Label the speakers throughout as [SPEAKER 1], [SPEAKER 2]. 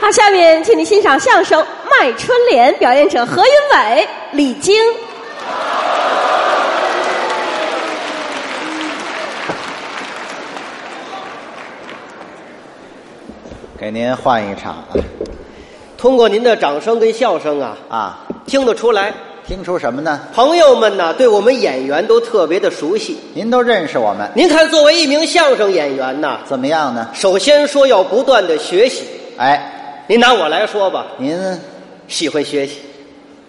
[SPEAKER 1] 好，下面请您欣赏相声《卖春联》，表演者何云伟、李菁。
[SPEAKER 2] 给您换一场啊
[SPEAKER 3] 通过您的掌声跟笑声啊，
[SPEAKER 2] 啊！
[SPEAKER 3] 听得出来，
[SPEAKER 2] 听出什么呢？
[SPEAKER 3] 朋友们呢对我们演员都特别的熟悉。
[SPEAKER 2] 您都认识我们，
[SPEAKER 3] 您看，作为一名相声演员呐，
[SPEAKER 2] 怎么样呢？
[SPEAKER 3] 首先说要不断的学习。
[SPEAKER 2] 哎，
[SPEAKER 3] 您拿我来说吧，
[SPEAKER 2] 您
[SPEAKER 3] 喜欢学习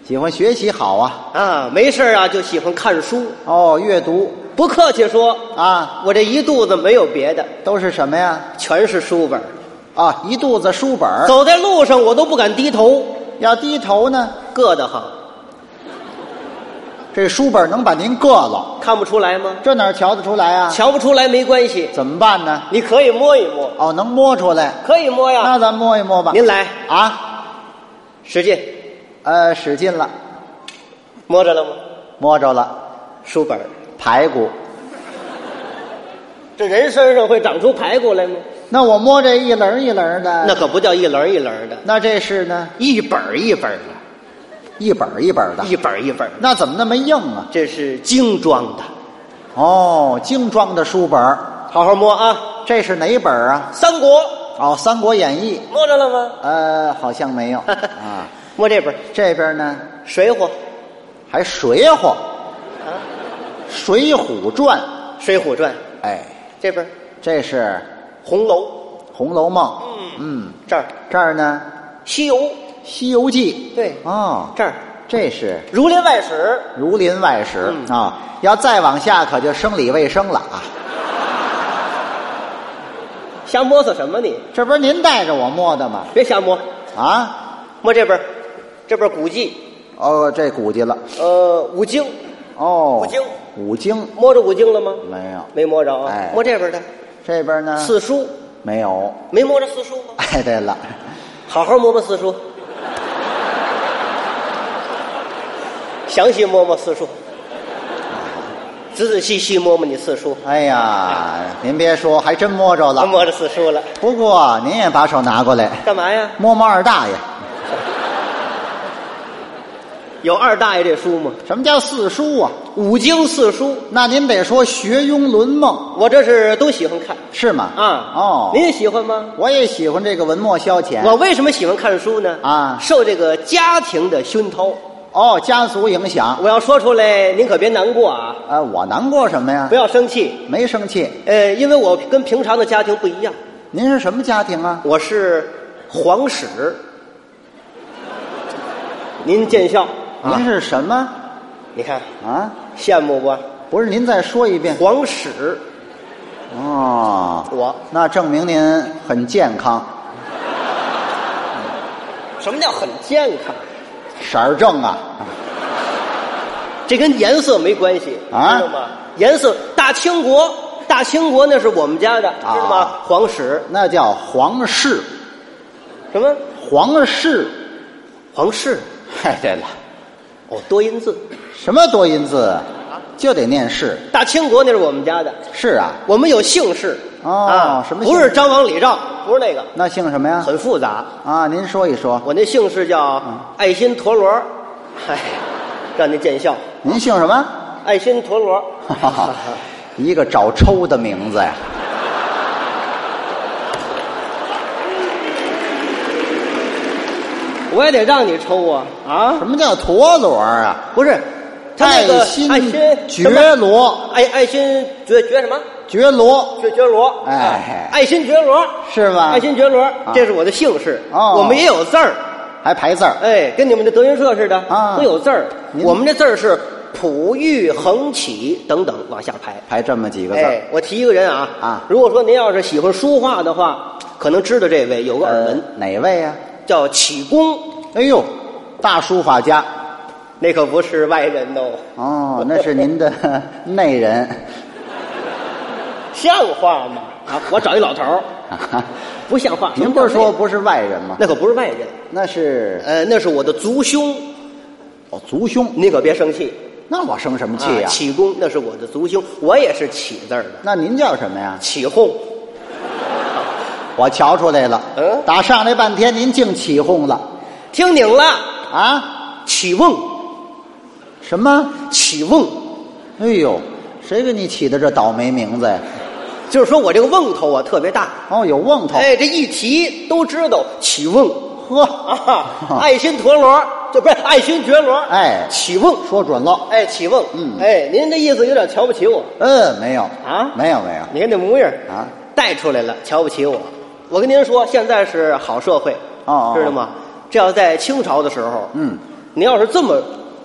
[SPEAKER 2] 喜欢学习好啊？
[SPEAKER 3] 啊，没事儿啊就喜欢看书。
[SPEAKER 2] 哦，阅读
[SPEAKER 3] 不客气说，
[SPEAKER 2] 啊，
[SPEAKER 3] 我这一肚子没有别的，
[SPEAKER 2] 都是什么呀？
[SPEAKER 3] 全是书本儿。
[SPEAKER 2] 啊，一肚子书本儿
[SPEAKER 3] 走在路上我都不敢低头，
[SPEAKER 2] 要低头呢，
[SPEAKER 3] 硌得慌，
[SPEAKER 2] 这书本儿能把您硌了，
[SPEAKER 3] 看不出来吗？
[SPEAKER 2] 这哪儿瞧得出来啊？
[SPEAKER 3] 瞧不出来没关系，
[SPEAKER 2] 怎么办呢？
[SPEAKER 3] 你可以摸一摸，
[SPEAKER 2] 哦，能摸出来，
[SPEAKER 3] 可以摸呀。
[SPEAKER 2] 那咱摸一摸吧。
[SPEAKER 3] 您来，
[SPEAKER 2] 啊，
[SPEAKER 3] 使劲，
[SPEAKER 2] 呃，使劲了，
[SPEAKER 3] 摸着了吗？
[SPEAKER 2] 摸着了，
[SPEAKER 3] 书本儿。
[SPEAKER 2] 排骨。
[SPEAKER 3] 这人身上会长出排骨来吗？
[SPEAKER 2] 那我摸这一棱一棱的，
[SPEAKER 3] 那可不叫一棱一棱的，
[SPEAKER 2] 那这是呢？
[SPEAKER 3] 一本儿一本儿的，
[SPEAKER 2] 一本儿一本儿的，
[SPEAKER 3] 一本儿一本儿的，
[SPEAKER 2] 那怎么那么硬啊？
[SPEAKER 3] 这是精装的。
[SPEAKER 2] 哦，精装的书本儿，
[SPEAKER 3] 好好摸啊，
[SPEAKER 2] 这是哪本儿啊？
[SPEAKER 3] 《三国
[SPEAKER 2] 哦，《三国演义》。
[SPEAKER 3] 摸着了吗？
[SPEAKER 2] 呃，好像没有啊。
[SPEAKER 3] 摸这本儿
[SPEAKER 2] 这边呢，
[SPEAKER 3] 《水浒》，
[SPEAKER 2] 还水浒，《水浒传》。
[SPEAKER 3] 《水浒传》
[SPEAKER 2] 哎，
[SPEAKER 3] 这本儿《
[SPEAKER 2] 这是
[SPEAKER 3] 红楼
[SPEAKER 2] 《红楼梦》。嗯，》，
[SPEAKER 3] 这儿
[SPEAKER 2] 这儿呢，
[SPEAKER 3] 《西游》，
[SPEAKER 2] 《西游记》。
[SPEAKER 3] 对
[SPEAKER 2] 哦，
[SPEAKER 3] 这儿
[SPEAKER 2] 这是
[SPEAKER 3] 《儒林外史
[SPEAKER 2] 《儒林外史》啊、
[SPEAKER 3] 嗯
[SPEAKER 2] 要再往下可就生理卫生了啊。》。
[SPEAKER 3] 瞎摸索什么你？
[SPEAKER 2] 这不是您带着我摸的吗？
[SPEAKER 3] 别瞎摸，
[SPEAKER 2] 啊，
[SPEAKER 3] 摸这本儿，这本儿古籍，
[SPEAKER 2] 哦，这估计了。
[SPEAKER 3] 呃，五经，
[SPEAKER 2] 哦，
[SPEAKER 3] 五经，
[SPEAKER 2] 五经
[SPEAKER 3] 摸着五经了吗？
[SPEAKER 2] 没有。
[SPEAKER 3] 没摸着啊，
[SPEAKER 2] 哎
[SPEAKER 3] 摸这本儿的
[SPEAKER 2] 这边呢？
[SPEAKER 3] 四书，
[SPEAKER 2] 没有。
[SPEAKER 3] 没摸着四书吗？
[SPEAKER 2] 哎，对了，
[SPEAKER 3] 好好摸摸四叔，详细摸摸四叔，仔仔细细摸摸你四叔，
[SPEAKER 2] 哎呀，您别说，还真摸着
[SPEAKER 3] 咱
[SPEAKER 2] 了。
[SPEAKER 3] 摸着四叔了，
[SPEAKER 2] 不过您也把手拿过来，
[SPEAKER 3] 干嘛呀？
[SPEAKER 2] 摸摸二大爷。
[SPEAKER 3] 有二大爷这书吗？
[SPEAKER 2] 什么叫四书啊？
[SPEAKER 3] 五经四书，
[SPEAKER 2] 那您得说《学庸论梦
[SPEAKER 3] 我这是都喜欢看》
[SPEAKER 2] 是吗？
[SPEAKER 3] 啊。
[SPEAKER 2] 哦，
[SPEAKER 3] 您也喜欢吗？
[SPEAKER 2] 我也喜欢这个文墨消遣。
[SPEAKER 3] 我为什么喜欢看书呢？
[SPEAKER 2] 啊
[SPEAKER 3] 受这个家庭的熏陶。
[SPEAKER 2] 哦，家族影响。
[SPEAKER 3] 我要说出来，您可别难过啊，
[SPEAKER 2] 呃，我难过什么呀
[SPEAKER 3] 不？要生气。
[SPEAKER 2] 没生气。
[SPEAKER 3] 呃，因为我跟平常的家庭不一样，
[SPEAKER 2] 您是什么家庭啊？
[SPEAKER 3] 我是皇室，您见笑
[SPEAKER 2] 您
[SPEAKER 3] 啊！
[SPEAKER 2] 是什么
[SPEAKER 3] 你看
[SPEAKER 2] 啊？
[SPEAKER 3] 羡慕不？
[SPEAKER 2] 不是，您再说一遍。
[SPEAKER 3] 皇室，
[SPEAKER 2] 哦，
[SPEAKER 3] 我
[SPEAKER 2] 那证明您很健康，
[SPEAKER 3] 什么叫很健康？
[SPEAKER 2] 色儿正啊。
[SPEAKER 3] 这跟颜色没关系，
[SPEAKER 2] 啊
[SPEAKER 3] 知道吗？颜色，大清国，大清国那是我们家的，知
[SPEAKER 2] 啊
[SPEAKER 3] 道吗？皇室
[SPEAKER 2] 那叫皇室，
[SPEAKER 3] 什么？
[SPEAKER 2] 皇室。
[SPEAKER 3] 皇室，
[SPEAKER 2] 哎，对了，
[SPEAKER 3] 哦，多音字。
[SPEAKER 2] 什么多音字啊？就得念氏。
[SPEAKER 3] 大清国那是我们家的，
[SPEAKER 2] 是啊，
[SPEAKER 3] 我们有姓氏
[SPEAKER 2] 哦
[SPEAKER 3] 啊
[SPEAKER 2] 什么姓
[SPEAKER 3] 不是张王李赵，不是那个，
[SPEAKER 2] 那姓什么呀？
[SPEAKER 3] 很复杂。
[SPEAKER 2] 啊，您说一说，
[SPEAKER 3] 我那姓氏叫
[SPEAKER 2] 嗯
[SPEAKER 3] 爱新陀螺，哎，让您见笑。
[SPEAKER 2] 您姓什么？
[SPEAKER 3] 爱新陀螺，
[SPEAKER 2] 哈哈，一个找抽的名字呀。
[SPEAKER 3] 我也得让你抽啊啊！
[SPEAKER 2] 什么叫陀螺啊？
[SPEAKER 3] 不是，他那个
[SPEAKER 2] 爱
[SPEAKER 3] 爱
[SPEAKER 2] 新
[SPEAKER 3] 新什
[SPEAKER 2] 觉
[SPEAKER 3] 么
[SPEAKER 2] 罗，
[SPEAKER 3] 爱爱新觉觉什么
[SPEAKER 2] 觉罗
[SPEAKER 3] 觉觉罗，啊
[SPEAKER 2] 哎
[SPEAKER 3] 爱新觉罗
[SPEAKER 2] 是吗？啊
[SPEAKER 3] 爱新觉罗，这是我的姓氏。
[SPEAKER 2] 哦
[SPEAKER 3] 我们也有字儿，
[SPEAKER 2] 还排字儿。
[SPEAKER 3] 哎，跟你们这德云社似的
[SPEAKER 2] 啊
[SPEAKER 3] 都有字儿。
[SPEAKER 2] 您
[SPEAKER 3] 我们这字儿是溥玉横起等等往下排。
[SPEAKER 2] 排这么几个字
[SPEAKER 3] 哎
[SPEAKER 2] 儿，，
[SPEAKER 3] 我提一个人啊
[SPEAKER 2] 啊
[SPEAKER 3] 如果说您要是喜欢书画的话，可能知道这位有个耳
[SPEAKER 2] 呃
[SPEAKER 3] 闻，，
[SPEAKER 2] 哪位呀？
[SPEAKER 3] 叫启功，
[SPEAKER 2] 哎呦，大书法家
[SPEAKER 3] 那可不是外人哦，
[SPEAKER 2] 哦，那是您的 内人。
[SPEAKER 3] 像话吗？啊，我找一老头儿，不像话。
[SPEAKER 2] 您不是
[SPEAKER 3] 什么
[SPEAKER 2] 说
[SPEAKER 3] 叫
[SPEAKER 2] 不是外人吗？
[SPEAKER 3] 那可不是外人？
[SPEAKER 2] 那是
[SPEAKER 3] 呃，那是我的族兄，
[SPEAKER 2] 哦，族兄。
[SPEAKER 3] 您可别生气啊
[SPEAKER 2] 那我生什么气呀、
[SPEAKER 3] 启功，那是我的族兄，我也是启字儿的，
[SPEAKER 2] 那您叫什么呀？
[SPEAKER 3] 启讧，
[SPEAKER 2] 我瞧出来了。
[SPEAKER 3] 嗯
[SPEAKER 2] 打上来半天，您净起哄了
[SPEAKER 3] 听拧了，
[SPEAKER 2] 啊？
[SPEAKER 3] 起瓮，
[SPEAKER 2] 什么？
[SPEAKER 3] 起瓮，
[SPEAKER 2] 哎呦，谁给你起的这倒霉名字呀？
[SPEAKER 3] 就是说我这个瓮头啊特别大，
[SPEAKER 2] 哦，有瓮头。
[SPEAKER 3] 哎，这一提都知道起瓮
[SPEAKER 2] 呵，
[SPEAKER 3] 啊，爱新陀螺，这不是爱新觉罗，
[SPEAKER 2] 哎
[SPEAKER 3] 起瓮，
[SPEAKER 2] 说准了。
[SPEAKER 3] 哎，起瓮，
[SPEAKER 2] 嗯
[SPEAKER 3] 哎，您这意思有点瞧不起我，
[SPEAKER 2] 嗯，没有
[SPEAKER 3] 啊
[SPEAKER 2] 没有没有
[SPEAKER 3] 你看那模样
[SPEAKER 2] 啊，
[SPEAKER 3] 带出来了，瞧不起我。我跟您说，现在是好社会，
[SPEAKER 2] 哦哦
[SPEAKER 3] 知道吗？这要在清朝的时候，
[SPEAKER 2] 嗯，
[SPEAKER 3] 您要是这么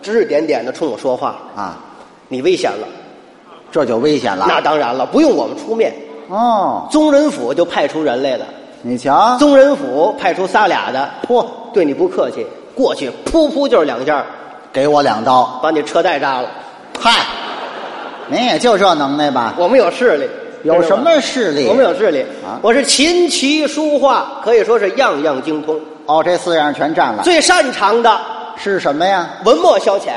[SPEAKER 3] 指指点点的冲我说话，
[SPEAKER 2] 啊，
[SPEAKER 3] 你危险了。
[SPEAKER 2] 这就危险了。
[SPEAKER 3] 那当然了，不用我们出面，
[SPEAKER 2] 哦，
[SPEAKER 3] 宗人府就派出人来了。
[SPEAKER 2] 你瞧，
[SPEAKER 3] 宗人府派出仨俩的，嚯，对你不客气，过去噗噗就是两下，
[SPEAKER 2] 给我两刀。
[SPEAKER 3] 把你车带扎了。
[SPEAKER 2] 嗨，您也就这能耐吧？
[SPEAKER 3] 我们有势力，
[SPEAKER 2] 有
[SPEAKER 3] 知道
[SPEAKER 2] 什
[SPEAKER 3] 吗
[SPEAKER 2] 么势力？
[SPEAKER 3] 我们有势力
[SPEAKER 2] 啊
[SPEAKER 3] 我是琴棋书画可以说是样样精通，
[SPEAKER 2] 哦，这四样全占了。
[SPEAKER 3] 最擅长的
[SPEAKER 2] 是什么呀？
[SPEAKER 3] 文墨消遣，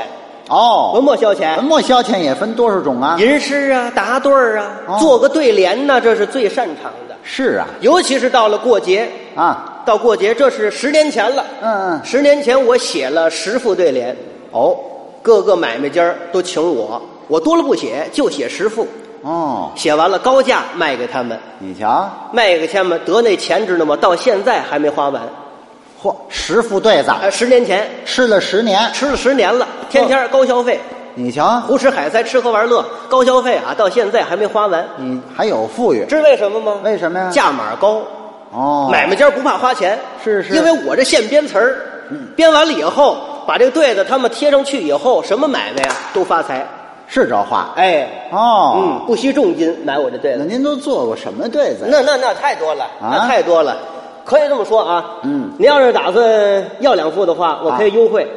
[SPEAKER 2] 哦，
[SPEAKER 3] 文墨消遣，
[SPEAKER 2] 文墨消遣也分多少种啊？
[SPEAKER 3] 吟诗啊，答对儿啊，
[SPEAKER 2] 哦
[SPEAKER 3] 做个对联呐，这是最擅长的。
[SPEAKER 2] 是啊，
[SPEAKER 3] 尤其是到了过节，
[SPEAKER 2] 啊，
[SPEAKER 3] 到过节，这是十年前了。
[SPEAKER 2] 嗯嗯
[SPEAKER 3] 十年前我写了十副对联，
[SPEAKER 2] 哦，
[SPEAKER 3] 各个买卖家儿都请我，我多了不写，就写十副，
[SPEAKER 2] 哦，
[SPEAKER 3] 写完了高价卖给他们，
[SPEAKER 2] 你瞧，
[SPEAKER 3] 卖给他们得那钱知道吗？到现在还没花完。
[SPEAKER 2] 嚯，十副对子
[SPEAKER 3] 呃，十年前
[SPEAKER 2] 吃了十年，
[SPEAKER 3] 吃了十年了，天天
[SPEAKER 2] 哦
[SPEAKER 3] 高消费，
[SPEAKER 2] 你瞧，
[SPEAKER 3] 胡吃海塞，吃喝玩乐，高消费啊，到现在还没花完，
[SPEAKER 2] 你还有富裕，
[SPEAKER 3] 知为什么吗？
[SPEAKER 2] 为什么呀？
[SPEAKER 3] 价码高，
[SPEAKER 2] 哦，
[SPEAKER 3] 买卖家不怕花钱，
[SPEAKER 2] 是是嗯
[SPEAKER 3] 因为我这现编词儿，编完了以后，把这个对子他们贴上去以后，什么买卖啊都发财，
[SPEAKER 2] 是这话
[SPEAKER 3] 哎，
[SPEAKER 2] 哦。
[SPEAKER 3] 嗯，不惜重金买我这对
[SPEAKER 2] 那
[SPEAKER 3] 子，
[SPEAKER 2] 您都做过什么对子？
[SPEAKER 3] 那那那太多了，
[SPEAKER 2] 啊
[SPEAKER 3] 那太多了，可以这么说啊，
[SPEAKER 2] 嗯
[SPEAKER 3] 您要是打算要两副的话，我可以优惠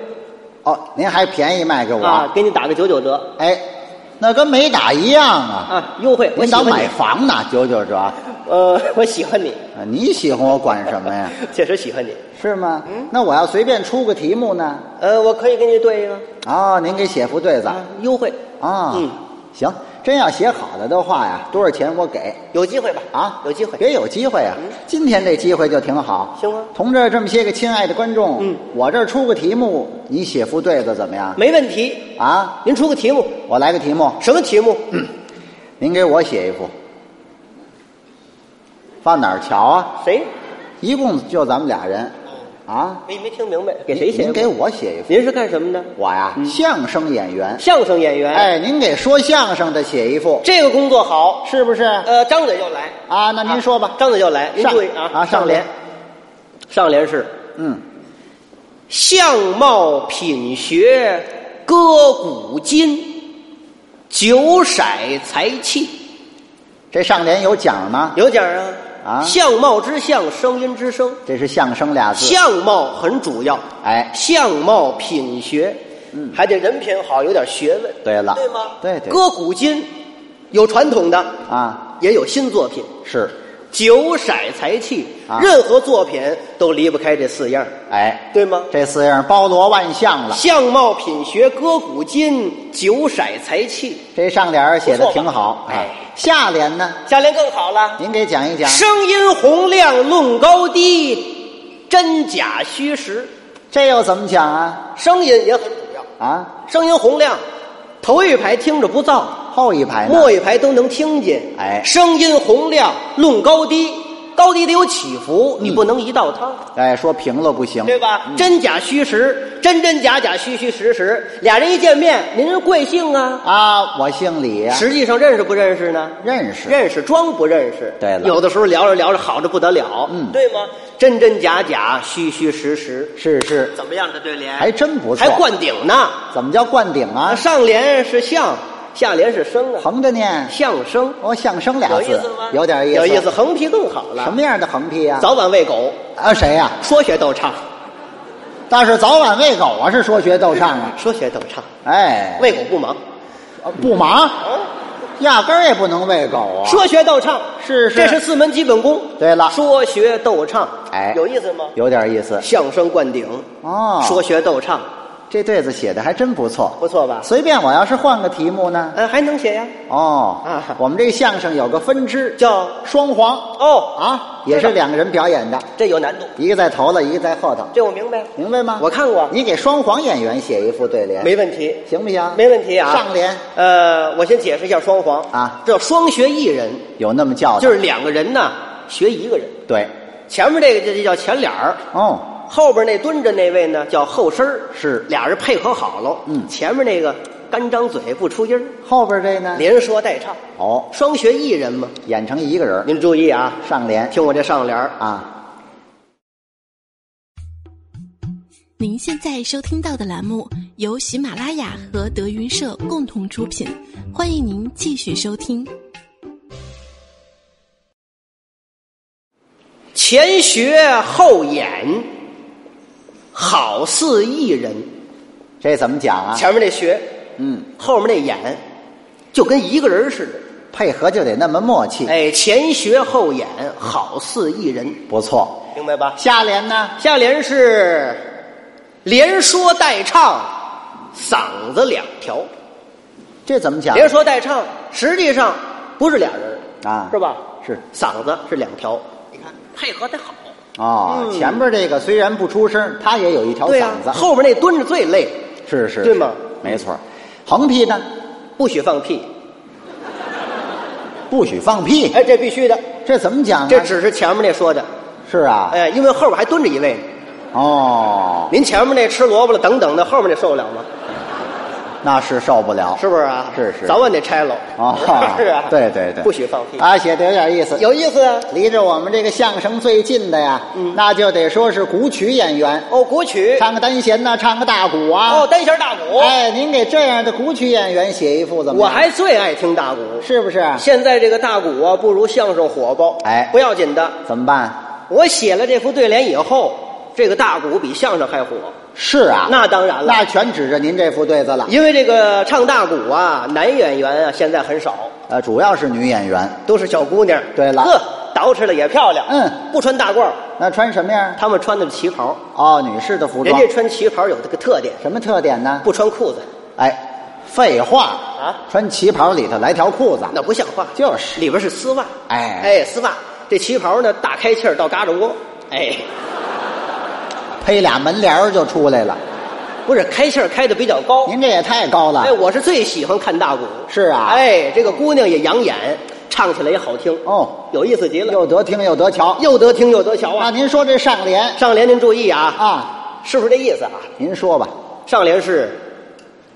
[SPEAKER 2] 哦，您还便宜卖给我？
[SPEAKER 3] 啊，给你打个九九折
[SPEAKER 2] 哎，那跟没打一样啊！
[SPEAKER 3] 啊，优惠， 我
[SPEAKER 2] 您
[SPEAKER 3] 喜
[SPEAKER 2] 当
[SPEAKER 3] 欢
[SPEAKER 2] 买
[SPEAKER 3] 你，
[SPEAKER 2] 房呢，九九折。啊
[SPEAKER 3] 呃， 我喜欢你，
[SPEAKER 2] 你喜欢我管什么呀？
[SPEAKER 3] 确实喜欢你，
[SPEAKER 2] 是吗？
[SPEAKER 3] 嗯
[SPEAKER 2] 那我要随便出个题目呢？
[SPEAKER 3] 呃，我可以给你对一个
[SPEAKER 2] 啊、您给写副对子
[SPEAKER 3] 啊，优惠，
[SPEAKER 2] 啊？
[SPEAKER 3] 嗯，
[SPEAKER 2] 行，真要写好了的话呀，多少钱我给
[SPEAKER 3] 有机会吧？
[SPEAKER 2] 啊？
[SPEAKER 3] 有机会，嗯
[SPEAKER 2] 别有机会啊！今天这机会就挺好。
[SPEAKER 3] 行吗
[SPEAKER 2] 同志，这么些个亲爱的观众，
[SPEAKER 3] 嗯，
[SPEAKER 2] 我这儿出个题目，你写副对子怎么样？
[SPEAKER 3] 没问题。
[SPEAKER 2] 啊，
[SPEAKER 3] 您出个题目，
[SPEAKER 2] 我来个题目，
[SPEAKER 3] 什么题目？
[SPEAKER 2] 您给我写一副。放哪儿瞧啊？
[SPEAKER 3] 谁？
[SPEAKER 2] 一共就咱们俩人，啊？
[SPEAKER 3] 没没听明白，给谁写？嗯
[SPEAKER 2] 您给。我写一副。
[SPEAKER 3] 您是干什么的？
[SPEAKER 2] 我呀，相声演员。
[SPEAKER 3] 相声演员。，
[SPEAKER 2] 哎，您给说相声的写一副，
[SPEAKER 3] 这个工作好。
[SPEAKER 2] 是不是？
[SPEAKER 3] 呃，张嘴就来。
[SPEAKER 2] 啊，那您说吧。
[SPEAKER 3] 张嘴就来。您
[SPEAKER 2] 上
[SPEAKER 3] 注意啊！
[SPEAKER 2] 啊上
[SPEAKER 3] 联
[SPEAKER 2] 联，
[SPEAKER 3] 上联是
[SPEAKER 2] 嗯，
[SPEAKER 3] 相貌品学歌古今，九色财气。
[SPEAKER 2] 这上联有奖吗？
[SPEAKER 3] 有奖啊！
[SPEAKER 2] 啊
[SPEAKER 3] 相貌之相，声音之声。
[SPEAKER 2] 这是相声俩字。
[SPEAKER 3] 相貌很主要，
[SPEAKER 2] 哎，
[SPEAKER 3] 相貌品学，嗯，还得人品好，有点学问。
[SPEAKER 2] 对了，
[SPEAKER 3] 对吗？
[SPEAKER 2] 啊对对
[SPEAKER 3] 歌古今，有传统的，
[SPEAKER 2] 啊，
[SPEAKER 3] 也有新作品。
[SPEAKER 2] 是，
[SPEAKER 3] 九色财气，
[SPEAKER 2] 啊
[SPEAKER 3] 任何作品都离不开这四样，
[SPEAKER 2] 哎，
[SPEAKER 3] 对吗？
[SPEAKER 2] 这四样包罗万象了。
[SPEAKER 3] 相貌、品学、歌古今，九色财气，
[SPEAKER 2] 这上联儿写的
[SPEAKER 3] 不错吧
[SPEAKER 2] 挺好。
[SPEAKER 3] 哎
[SPEAKER 2] 哎，下联呢？
[SPEAKER 3] 下联更好了。
[SPEAKER 2] 您给讲一讲。
[SPEAKER 3] 声音洪亮，论高低，真假虚实，
[SPEAKER 2] 这又怎么讲啊？
[SPEAKER 3] 声音也很主要。
[SPEAKER 2] 啊，
[SPEAKER 3] 声音洪亮，头一排听着不燥，
[SPEAKER 2] 后一排呢？
[SPEAKER 3] 末一排都能听见。
[SPEAKER 2] 哎
[SPEAKER 3] 声音洪亮，论高低，高低得有起伏，你
[SPEAKER 2] 嗯
[SPEAKER 3] 不能一道汤，
[SPEAKER 2] 哎，说平了不行。嗯
[SPEAKER 3] 对吧？真假虚实，真真假假，虚虚实实。俩人一见面，您是贵姓啊？
[SPEAKER 2] 啊，我姓李呀。
[SPEAKER 3] 实际上认识不认识呢？
[SPEAKER 2] 认识。
[SPEAKER 3] 认识，装不认识。
[SPEAKER 2] 对了
[SPEAKER 3] 有的时候聊着聊着好的不得了，
[SPEAKER 2] 嗯
[SPEAKER 3] 对吗？真真假假，虚虚实实，
[SPEAKER 2] 是是，
[SPEAKER 3] 怎么样的对联？
[SPEAKER 2] 还真不错。
[SPEAKER 3] 还灌顶呢。
[SPEAKER 2] 怎么叫灌顶啊？
[SPEAKER 3] 上联是相，下联是生啊，
[SPEAKER 2] 横着念。
[SPEAKER 3] 相声。
[SPEAKER 2] 哦，相声俩
[SPEAKER 3] 有
[SPEAKER 2] 字
[SPEAKER 3] 意思吗？
[SPEAKER 2] 有点意思。
[SPEAKER 3] 有意思，。横批更好了。
[SPEAKER 2] 什么样的横批呀、
[SPEAKER 3] 早晚喂狗，
[SPEAKER 2] 啊，谁呀、
[SPEAKER 3] 说学逗唱，
[SPEAKER 2] 倒是早晚喂狗啊，是说学逗唱啊。
[SPEAKER 3] 说学逗唱，
[SPEAKER 2] 哎，
[SPEAKER 3] 嗯喂狗不忙。
[SPEAKER 2] 呃不忙，
[SPEAKER 3] 啊
[SPEAKER 2] 压根儿也不能喂狗啊。
[SPEAKER 3] 说学逗唱
[SPEAKER 2] 是是
[SPEAKER 3] 这是啊四门基本功。
[SPEAKER 2] 对了
[SPEAKER 3] 说学逗唱，
[SPEAKER 2] 哎
[SPEAKER 3] 有意思吗？
[SPEAKER 2] 有点意思
[SPEAKER 3] 相声灌顶，
[SPEAKER 2] 哦。
[SPEAKER 3] 说学逗唱，
[SPEAKER 2] 这对子写的还真不错。
[SPEAKER 3] 不错吧？
[SPEAKER 2] 随便我要是换个题目呢？
[SPEAKER 3] 呃，还能写呀？
[SPEAKER 2] 哦，
[SPEAKER 3] 啊
[SPEAKER 2] 我们这相声有个分支
[SPEAKER 3] 叫
[SPEAKER 2] 双簧
[SPEAKER 3] 哦啊，
[SPEAKER 2] 啊，也是两个人表演的，
[SPEAKER 3] 这有难度，
[SPEAKER 2] 一个在头了，一个在后头，
[SPEAKER 3] 这我明白了，
[SPEAKER 2] 明白吗？
[SPEAKER 3] 我看过，
[SPEAKER 2] 你给双簧演员写一副对联，
[SPEAKER 3] 没问题，
[SPEAKER 2] 行不行？
[SPEAKER 3] 没问题啊。
[SPEAKER 2] 上联
[SPEAKER 3] 呃，我先解释一下双簧
[SPEAKER 2] 啊
[SPEAKER 3] 这双学一人，
[SPEAKER 2] 有那么叫的，
[SPEAKER 3] 就是两个人呢学一个人，
[SPEAKER 2] 对，
[SPEAKER 3] 前面这个这这叫前脸儿，
[SPEAKER 2] 哦，
[SPEAKER 3] 后边那蹲着那位呢叫后身儿，
[SPEAKER 2] 是
[SPEAKER 3] 俩人配合好了。
[SPEAKER 2] 嗯
[SPEAKER 3] 前面那个干张嘴不出音儿，
[SPEAKER 2] 后边这呢？
[SPEAKER 3] 连说带唱，
[SPEAKER 2] 哦，
[SPEAKER 3] 双学一人嘛。
[SPEAKER 2] 演成一个人儿，
[SPEAKER 3] 您注意啊，
[SPEAKER 2] 上联
[SPEAKER 3] 听我这上联儿
[SPEAKER 2] 啊，
[SPEAKER 4] 您现在收听到的栏目由喜马拉雅和德云社共同出品，欢迎您继续收听。
[SPEAKER 3] 前学后演，好似一人。
[SPEAKER 2] 这怎么讲啊？
[SPEAKER 3] 前面那学，
[SPEAKER 2] 嗯，
[SPEAKER 3] 后面那演，就跟一个人似的。
[SPEAKER 2] 配合就得那么默契，
[SPEAKER 3] 哎，前学后演，好似一人，
[SPEAKER 2] 不错。
[SPEAKER 3] 明白吧？
[SPEAKER 2] 下联呢？
[SPEAKER 3] 下联是连说带唱，嗓子两条。
[SPEAKER 2] 这怎么讲？
[SPEAKER 3] 连说带唱，实际上不是俩人
[SPEAKER 2] 啊
[SPEAKER 3] 是吧？
[SPEAKER 2] 是
[SPEAKER 3] 嗓子是两条。你看配合得好，
[SPEAKER 2] 哦，
[SPEAKER 3] 嗯
[SPEAKER 2] 前边这个虽然不出声，他也有一条
[SPEAKER 3] 对呀、
[SPEAKER 2] 嗓子，
[SPEAKER 3] 后边那蹲着最累，
[SPEAKER 2] 是是，
[SPEAKER 3] 对吗
[SPEAKER 2] 是没错。横批呢？
[SPEAKER 3] 不许放屁。
[SPEAKER 2] 不许放屁，
[SPEAKER 3] 哎，这必须的，
[SPEAKER 2] 这怎么讲啊？
[SPEAKER 3] 这只是前面那说的。
[SPEAKER 2] 是啊，
[SPEAKER 3] 哎，因为后边还蹲着一位呢。
[SPEAKER 2] 哦，
[SPEAKER 3] 您前面那吃萝卜了，等等的，后面那受得了吗？
[SPEAKER 2] 那是受不了，
[SPEAKER 3] 是不是啊？
[SPEAKER 2] 是是
[SPEAKER 3] 早晚得拆喽。
[SPEAKER 2] 哦
[SPEAKER 3] 是啊，
[SPEAKER 2] 对对对
[SPEAKER 3] 不许放屁，
[SPEAKER 2] 啊，写的有点意思。
[SPEAKER 3] 有意思啊。
[SPEAKER 2] 离着我们这个相声最近的呀，
[SPEAKER 3] 嗯
[SPEAKER 2] 那就得说是古曲演员，
[SPEAKER 3] 哦，古曲，
[SPEAKER 2] 唱个单弦呐、唱个大鼓啊。
[SPEAKER 3] 哦，单弦大鼓，
[SPEAKER 2] 哎，您给这样的古曲演员写一副怎么
[SPEAKER 3] 我
[SPEAKER 2] 样？
[SPEAKER 3] 还最爱听大鼓。
[SPEAKER 2] 是不是？
[SPEAKER 3] 现在这个大鼓啊，不如相声火爆。
[SPEAKER 2] 哎
[SPEAKER 3] 不要紧的，
[SPEAKER 2] 怎么办？
[SPEAKER 3] 我写了这副对联以后，这个大鼓比相声还火。
[SPEAKER 2] 是啊，
[SPEAKER 3] 那当然了，
[SPEAKER 2] 那全指着您这副对子了。
[SPEAKER 3] 因为这个唱大鼓啊，男演员啊现在很少，
[SPEAKER 2] 呃，主要是女演员，
[SPEAKER 3] 都是小姑娘。
[SPEAKER 2] 对了
[SPEAKER 3] 呵，捯饬的也漂亮。
[SPEAKER 2] 嗯，
[SPEAKER 3] 不穿大褂儿，
[SPEAKER 2] 那穿什么样？
[SPEAKER 3] 他们穿的是旗袍。
[SPEAKER 2] 哦，女士的服
[SPEAKER 3] 人
[SPEAKER 2] 装
[SPEAKER 3] 家。穿旗袍有这个特点，
[SPEAKER 2] 什么特点呢？
[SPEAKER 3] 不穿裤子，
[SPEAKER 2] 哎，废话
[SPEAKER 3] 啊
[SPEAKER 2] 穿旗袍里头来条裤子，
[SPEAKER 3] 那不像话。
[SPEAKER 2] 就是
[SPEAKER 3] 里边是丝袜，
[SPEAKER 2] 哎
[SPEAKER 3] 哎，丝袜。这旗袍呢，大开气儿到嘎吱窝，哎，
[SPEAKER 2] 配俩门帘儿就出来了。
[SPEAKER 3] 不是开气儿开的比较高。
[SPEAKER 2] 您这也太高了
[SPEAKER 3] 哎，。我是最喜欢看大鼓。
[SPEAKER 2] 是啊
[SPEAKER 3] 哎，这个姑娘也养眼，唱起来也好听，
[SPEAKER 2] 哦，
[SPEAKER 3] 有意思极了，
[SPEAKER 2] 又得听又得瞧。
[SPEAKER 3] 又得听又得瞧
[SPEAKER 2] 那
[SPEAKER 3] 啊。
[SPEAKER 2] 您说这上联
[SPEAKER 3] 上联您注意啊，
[SPEAKER 2] 啊，
[SPEAKER 3] 是不是这意思啊？
[SPEAKER 2] 您说吧。
[SPEAKER 3] 上联是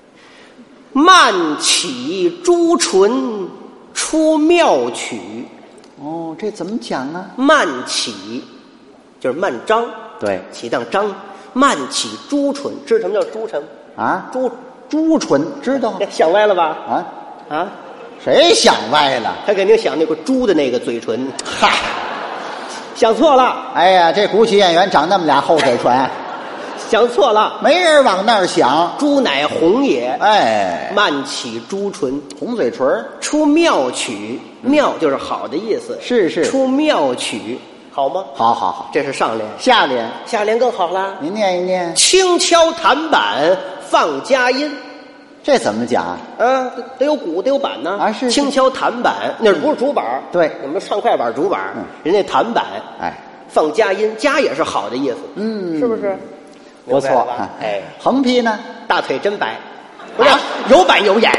[SPEAKER 3] “慢起朱唇出妙曲
[SPEAKER 2] 哦，这怎么讲”，啊？
[SPEAKER 3] 慢起就是慢张，
[SPEAKER 2] 对
[SPEAKER 3] 起当张，慢起朱唇，知什么叫朱唇吗？
[SPEAKER 2] 啊，
[SPEAKER 3] 朱，
[SPEAKER 2] 朱唇知道
[SPEAKER 3] 哎想歪了吧？
[SPEAKER 2] 啊？
[SPEAKER 3] 啊，
[SPEAKER 2] 谁想歪了？
[SPEAKER 3] 他肯定想那个猪的那个嘴唇，
[SPEAKER 2] 嗨，
[SPEAKER 3] 想错了，
[SPEAKER 2] 哎呀，这古曲演员长那么俩厚嘴唇，
[SPEAKER 3] 想错了。
[SPEAKER 2] 没人往那儿想。
[SPEAKER 3] 朱乃红也，
[SPEAKER 2] 哎，
[SPEAKER 3] 慢起朱唇，
[SPEAKER 2] 红嘴唇儿
[SPEAKER 3] 出妙曲。妙就是好的意思，
[SPEAKER 2] 是是
[SPEAKER 3] 出妙曲，好吗？
[SPEAKER 2] 好好好。
[SPEAKER 3] 这是上联，
[SPEAKER 2] 下联
[SPEAKER 3] 下联更好啦。
[SPEAKER 2] 您念一念，
[SPEAKER 3] 轻敲弹板放佳音，
[SPEAKER 2] 这怎么讲？
[SPEAKER 3] 啊，得得有鼓，得有板呢。
[SPEAKER 2] 啊是是
[SPEAKER 3] 轻敲弹板，那不是竹板？
[SPEAKER 2] 对
[SPEAKER 3] 我们唱快板竹板，人家弹板
[SPEAKER 2] 哎，
[SPEAKER 3] 放佳音，佳也是好的意思，
[SPEAKER 2] 嗯
[SPEAKER 3] 是不是？
[SPEAKER 2] 不
[SPEAKER 3] 明白
[SPEAKER 2] 错
[SPEAKER 3] 了吧。哎
[SPEAKER 2] 哎，，横批呢？
[SPEAKER 3] 大腿真白，不是有板有眼，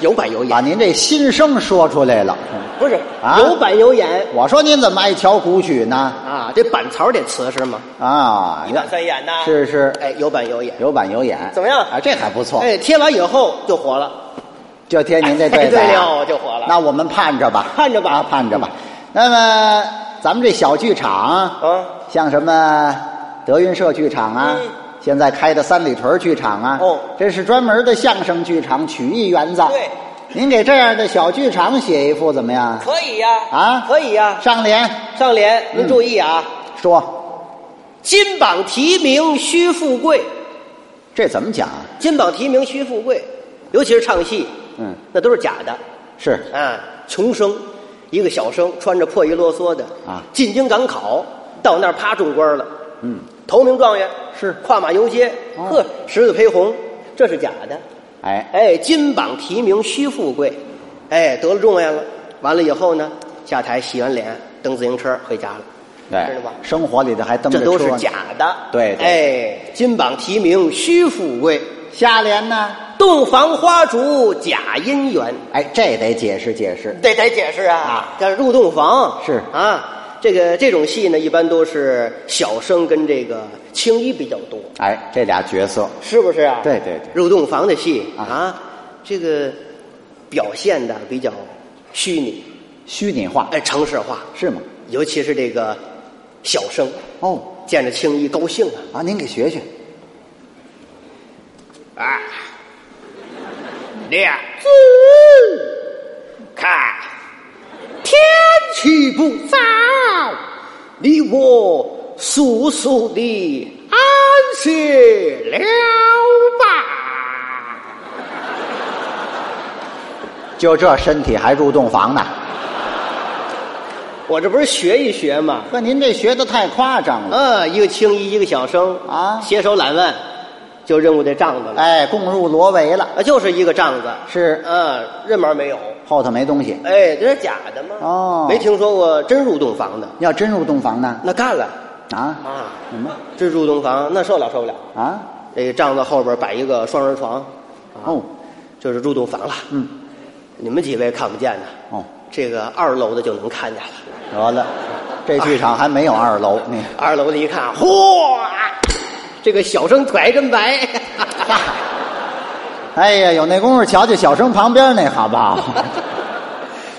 [SPEAKER 3] 有板有眼
[SPEAKER 2] 把。您这心声说出来了。
[SPEAKER 3] 不是、
[SPEAKER 2] 啊
[SPEAKER 3] 有板有眼
[SPEAKER 2] 我说您怎么爱瞧古曲呢？
[SPEAKER 3] 啊，这板槽得瓷实吗？
[SPEAKER 2] 啊，
[SPEAKER 3] 一板三眼呐
[SPEAKER 2] 是是，
[SPEAKER 3] 哎，有板有眼，
[SPEAKER 2] 有板有眼，
[SPEAKER 3] 怎么样
[SPEAKER 2] 啊，这还不错。
[SPEAKER 3] 哎，贴完以后就活了，
[SPEAKER 2] 就贴您这对子、啊
[SPEAKER 3] 哎对了就火了
[SPEAKER 2] 那我们盼着吧，
[SPEAKER 3] 盼着吧
[SPEAKER 2] 啊，盼着吧。那么咱们这小剧场，
[SPEAKER 3] 嗯
[SPEAKER 2] 像什么德云社剧场啊，
[SPEAKER 3] 嗯
[SPEAKER 2] 现在开的三里屯剧场啊，
[SPEAKER 3] 哦
[SPEAKER 2] 这是专门的相声剧场，曲艺园子。
[SPEAKER 3] 对，
[SPEAKER 2] 您给这样的小剧场写一副怎么样？
[SPEAKER 3] 可以呀
[SPEAKER 2] 啊嗯
[SPEAKER 3] 可以呀、
[SPEAKER 2] 上联
[SPEAKER 3] 上联您注意啊，
[SPEAKER 2] 说
[SPEAKER 3] 金榜题名须富贵，
[SPEAKER 2] 这怎么讲啊？
[SPEAKER 3] 金榜题名须富贵，尤其是唱戏，
[SPEAKER 2] 嗯，
[SPEAKER 3] 那都是假的
[SPEAKER 2] 是
[SPEAKER 3] 啊，穷生，一个小生穿着破衣啰嗦的
[SPEAKER 2] 啊
[SPEAKER 3] 进京赶考，到那儿啪中官了，
[SPEAKER 2] 嗯，
[SPEAKER 3] 头名状元
[SPEAKER 2] 是
[SPEAKER 3] 跨马游街，
[SPEAKER 2] 哦
[SPEAKER 3] 呵，十字披红，这是假的。
[SPEAKER 2] 哎，
[SPEAKER 3] 哎，金榜题名须富贵，哎，得了状元了。完了以后呢，下台洗完脸，蹬自行车回家了，知道
[SPEAKER 2] 对
[SPEAKER 3] 吧，？
[SPEAKER 2] 生活里头还蹬着
[SPEAKER 3] 这都是
[SPEAKER 2] 车呢
[SPEAKER 3] 假的。
[SPEAKER 2] 对对
[SPEAKER 3] 哎，金榜题名须富贵，
[SPEAKER 2] 下联呢？
[SPEAKER 3] 洞房花烛假姻缘。
[SPEAKER 2] 哎，这得解释解释。
[SPEAKER 3] 得得解释啊
[SPEAKER 2] 啊，
[SPEAKER 3] 这入洞房
[SPEAKER 2] 是
[SPEAKER 3] 啊，这个这种戏呢，一般都是小生跟这个青衣比较多，
[SPEAKER 2] 哎，这俩角色，
[SPEAKER 3] 是不是啊？
[SPEAKER 2] 对对对
[SPEAKER 3] 入洞房的戏
[SPEAKER 2] 啊
[SPEAKER 3] 啊，这个表现的比较虚拟，
[SPEAKER 2] 虚拟化
[SPEAKER 3] 哎，城市化，
[SPEAKER 2] 是吗？
[SPEAKER 3] 尤其是这个小生
[SPEAKER 2] 哦，
[SPEAKER 3] 见着青衣高兴啊，
[SPEAKER 2] 啊，您给学学。
[SPEAKER 3] 啊，两字看，天气不早，你我速速地安歇了吧。
[SPEAKER 2] 就这身体还入洞房呢？
[SPEAKER 3] 我这不是学一学吗？
[SPEAKER 2] 呵，您这学的太夸张了。
[SPEAKER 3] 啊，一个青衣，一个小生
[SPEAKER 2] 啊
[SPEAKER 3] 携手揽腕，就认过这帐子了。
[SPEAKER 2] 哎，共入罗围了，
[SPEAKER 3] 啊，就是一个帐子，
[SPEAKER 2] 是
[SPEAKER 3] 啊，任毛没有。
[SPEAKER 2] 后头没东西。
[SPEAKER 3] 哎，这是假的吗？
[SPEAKER 2] 哦
[SPEAKER 3] 没听说过真入洞房的，
[SPEAKER 2] 要真入洞房呢？
[SPEAKER 3] 那干了。
[SPEAKER 2] 啊，
[SPEAKER 3] 啊，
[SPEAKER 2] 什么
[SPEAKER 3] 这入洞房那受不了受不了。
[SPEAKER 2] 啊？
[SPEAKER 3] 这个帐子后边摆一个双人床，啊，
[SPEAKER 2] 哦，
[SPEAKER 3] 就是入洞房了。
[SPEAKER 2] 嗯，
[SPEAKER 3] 你们几位看不见呢，
[SPEAKER 2] 哦，
[SPEAKER 3] 这个二楼的就能看见了。
[SPEAKER 2] 得了，这剧场还没有二楼你
[SPEAKER 3] 二楼的一看，嚯，这个小生腿还真白。
[SPEAKER 2] 哎呀，有那功夫瞧瞧小生旁边那好不好？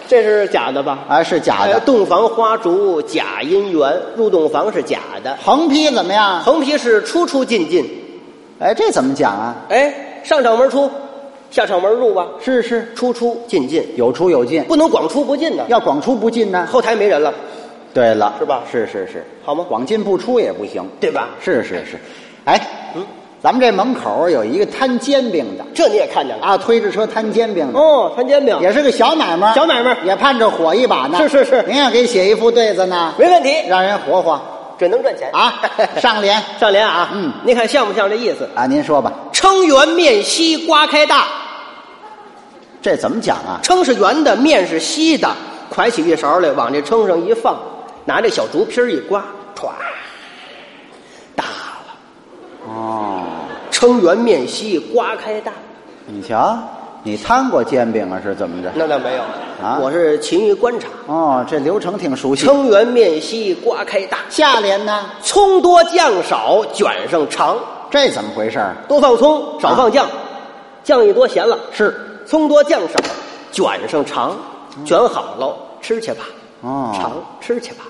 [SPEAKER 3] 这是假的吧？
[SPEAKER 2] 啊，是假
[SPEAKER 3] 哎
[SPEAKER 2] 的。
[SPEAKER 3] 洞房花烛假姻缘，入洞房是假的。
[SPEAKER 2] 横批怎么样？
[SPEAKER 3] 横批是出出进进，
[SPEAKER 2] 哎，这怎么讲啊？
[SPEAKER 3] 哎，上场门出，下场门入吧，
[SPEAKER 2] 是是，
[SPEAKER 3] 出出进进，
[SPEAKER 2] 有出有进，
[SPEAKER 3] 不能光出不进的。
[SPEAKER 2] 要广出不进呢。
[SPEAKER 3] 后台没人了，
[SPEAKER 2] 对了，
[SPEAKER 3] 是吧
[SPEAKER 2] 是是是，
[SPEAKER 3] 好吗
[SPEAKER 2] 广进不出也不行。
[SPEAKER 3] 对吧？
[SPEAKER 2] 是是是，哎，咱们这门口有一个摊煎饼的
[SPEAKER 3] 这你也看见了。
[SPEAKER 2] 啊，推着车摊煎饼的，
[SPEAKER 3] 哦，摊煎饼
[SPEAKER 2] 也是个小买卖，
[SPEAKER 3] 小买卖
[SPEAKER 2] 也盼着火一把呢。
[SPEAKER 3] 是是是
[SPEAKER 2] 您也给写一副对子呢，
[SPEAKER 3] 没问题，
[SPEAKER 2] 让人活活
[SPEAKER 3] 准能赚钱
[SPEAKER 2] 啊。上联
[SPEAKER 3] 上联啊，
[SPEAKER 2] 嗯
[SPEAKER 3] 您看像不像这意思？
[SPEAKER 2] 啊，您说吧，
[SPEAKER 3] 撑圆面稀瓜开大，
[SPEAKER 2] 这怎么讲啊？
[SPEAKER 3] 撑是圆的，面是稀的，㧟起一勺来，往这撑上一放，拿这小竹皮儿一刮，歘，大了。
[SPEAKER 2] 哦，
[SPEAKER 3] 撑圆面稀瓜开大，
[SPEAKER 2] 你瞧，你摊过煎饼啊，是怎么着？
[SPEAKER 3] 那倒没有
[SPEAKER 2] 啊
[SPEAKER 3] 我是勤于观察。
[SPEAKER 2] 哦，这流程挺熟悉。
[SPEAKER 3] 撑圆面稀瓜开大，
[SPEAKER 2] 下联呢？
[SPEAKER 3] 葱多酱少卷上长，
[SPEAKER 2] 这怎么回事儿？
[SPEAKER 3] 多放葱，少放酱，酱一多咸了。
[SPEAKER 2] 啊是
[SPEAKER 3] 葱多酱少，卷上肠，卷好喽，吃去吧。
[SPEAKER 2] 哦
[SPEAKER 3] 肠吃去吧，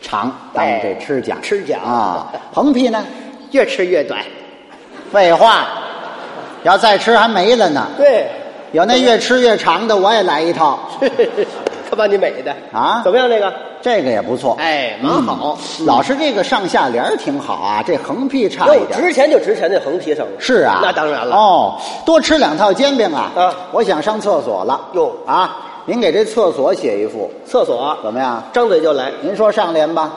[SPEAKER 2] 长当这吃讲、
[SPEAKER 3] 哎吃讲
[SPEAKER 2] 啊，横批呢？
[SPEAKER 3] 越吃越短。
[SPEAKER 2] 废话，要再吃还没了呢。
[SPEAKER 3] 对，
[SPEAKER 2] 有那越吃越长的，我也来一套，
[SPEAKER 3] 他把你美的
[SPEAKER 2] 啊
[SPEAKER 3] 怎么样？这个
[SPEAKER 2] 这个也不错。
[SPEAKER 3] 哎，蛮
[SPEAKER 2] 嗯，
[SPEAKER 3] 好。
[SPEAKER 2] 老师这个上下联儿挺好啊，这横批差一
[SPEAKER 3] 有
[SPEAKER 2] 点。
[SPEAKER 3] 值钱就值钱，这横批上了。
[SPEAKER 2] 是啊，
[SPEAKER 3] 那当然了。
[SPEAKER 2] 哦，多吃两套煎饼啊。
[SPEAKER 3] 啊
[SPEAKER 2] 我想上厕所了。
[SPEAKER 3] 哟
[SPEAKER 2] 啊，您给这厕所写一副
[SPEAKER 3] 厕所
[SPEAKER 2] 怎么样？
[SPEAKER 3] 张嘴就来，
[SPEAKER 2] 您说上联吧，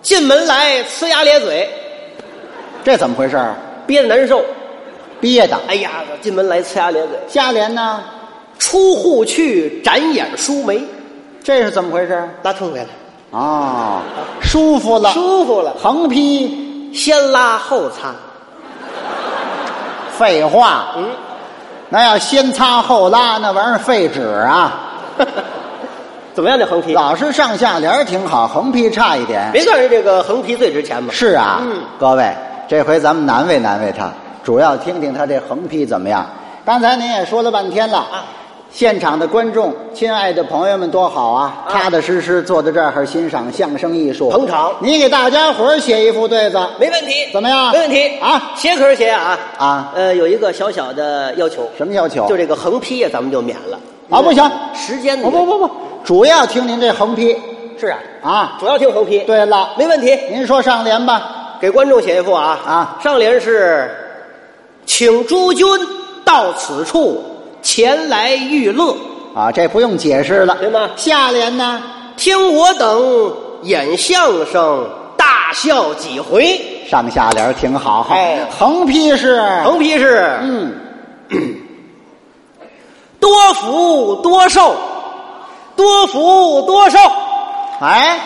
[SPEAKER 3] 进门来呲牙咧嘴，
[SPEAKER 2] 这怎么回事儿？
[SPEAKER 3] 憋得难受。
[SPEAKER 2] 憋的。
[SPEAKER 3] 哎呀，进门来呲牙咧嘴，
[SPEAKER 2] 下联呢？
[SPEAKER 3] 出户去展眼舒眉，
[SPEAKER 2] 这是怎么回事儿？
[SPEAKER 3] 拉痛快了，
[SPEAKER 2] 哦，舒服了。
[SPEAKER 3] 舒服了。
[SPEAKER 2] 横批，
[SPEAKER 3] 先拉后擦，
[SPEAKER 2] 废话。
[SPEAKER 3] 嗯，
[SPEAKER 2] 那要先擦后拉，那玩意儿废纸啊！
[SPEAKER 3] 怎么样？这横批
[SPEAKER 2] 老是上下联儿挺好，横批差一点。
[SPEAKER 3] 别告诉人这个横批最值钱嘛。
[SPEAKER 2] 是啊，
[SPEAKER 3] 嗯
[SPEAKER 2] 各位，这回咱们难为难为他，主要听听他这横批怎么样。刚才您也说了半天了，
[SPEAKER 3] 啊
[SPEAKER 2] 现场的观众、亲爱的朋友们多好啊，
[SPEAKER 3] 啊
[SPEAKER 2] 踏踏实实坐在这儿欣赏相声艺术，
[SPEAKER 3] 捧场
[SPEAKER 2] 你给大家伙儿写一副对子，
[SPEAKER 3] 没问题，
[SPEAKER 2] 怎么样
[SPEAKER 3] 没问题
[SPEAKER 2] 啊
[SPEAKER 3] 写可是写啊
[SPEAKER 2] 啊
[SPEAKER 3] 呃，有一个小小的要求，
[SPEAKER 2] 什么要求？
[SPEAKER 3] 就这个嗯横批呀，咱们就免了
[SPEAKER 2] 啊，不行，哦
[SPEAKER 3] 时间的
[SPEAKER 2] 不不不不，主要听您这横批
[SPEAKER 3] 是啊，
[SPEAKER 2] 啊。
[SPEAKER 3] 主要听横批，，
[SPEAKER 2] 对了，
[SPEAKER 3] 没问题。
[SPEAKER 2] 您说上联吧，
[SPEAKER 3] 给观众写一副啊
[SPEAKER 2] 啊
[SPEAKER 3] 上联是，请诸君到此处前来娱乐，
[SPEAKER 2] 啊，这不用解
[SPEAKER 3] 哎
[SPEAKER 2] 释了，
[SPEAKER 3] 对吗
[SPEAKER 2] 下联呢？
[SPEAKER 3] 听我等演相声，大笑几回。
[SPEAKER 2] 上下联儿挺好。
[SPEAKER 3] 哎
[SPEAKER 2] 横批是
[SPEAKER 3] 横批是：
[SPEAKER 2] 嗯，
[SPEAKER 3] 多福多寿，多福多寿。
[SPEAKER 2] 哎，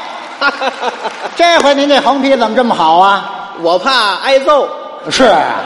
[SPEAKER 2] 这回您这横批怎么这么好啊？
[SPEAKER 3] 我怕挨揍，
[SPEAKER 2] 是啊，